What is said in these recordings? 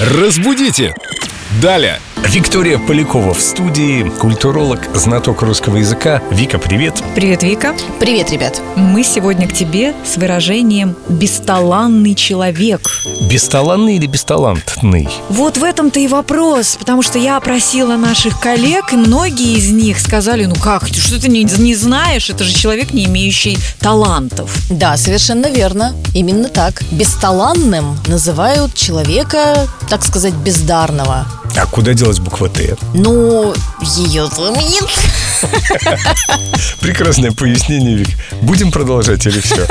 Разбудите! Далее! Виктория Полякова в студии, культуролог, знаток русского языка. Вика, привет. Привет, Вика. Привет, ребят. Мы сегодня к тебе с выражением «бесталанный человек». Бесталанный или бесталантный? Вот в этом-то и вопрос, потому что я опросила наших коллег, и многие из них сказали, ну как, ты что ты не, не знаешь, это же человек, не имеющий талантов. Да, совершенно верно. Именно так. Бесталанным называют человека, так сказать, бездарного. А куда делась буква «Т»? Ну, ее заменит. Прекрасное пояснение, Вик. Будем продолжать или все?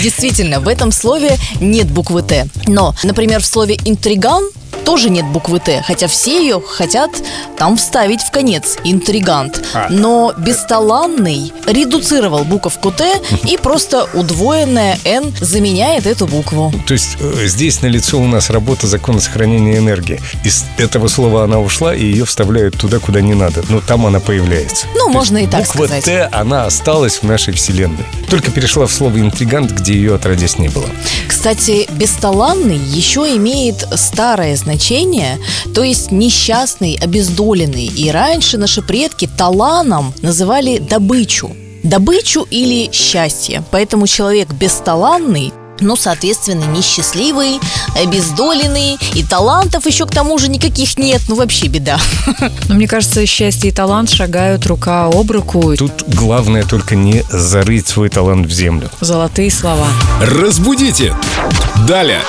Действительно, в этом слове нет буквы «Т». Но, например, в слове «интриган» тоже нет буквы «Т», хотя все ее хотят там вставить в конец «интригант». А. Но «бесталанный» редуцировал буковку «Т» и просто удвоенное «Н» заменяет эту букву. То есть э, здесь налицо у нас работа закона сохранения энергии. Из этого слова она ушла, и ее вставляют туда, куда не надо. Но там она появляется. Ну, можно и так Буква сказать. «Т», она осталась в нашей вселенной. Только перешла в слово «интригант», где ее отродясь не было. Кстати, «бесталанный» еще имеет старое значение, то есть несчастный, обездоленный. И раньше наши предки таланом называли добычу. Добычу или счастье. Поэтому человек бесталанный ну, соответственно, несчастливый, обездоленный, и талантов еще к тому же никаких нет, ну вообще беда. Но мне кажется, счастье и талант шагают рука об руку. Тут главное только не зарыть свой талант в землю. Золотые слова. Разбудите! Далее!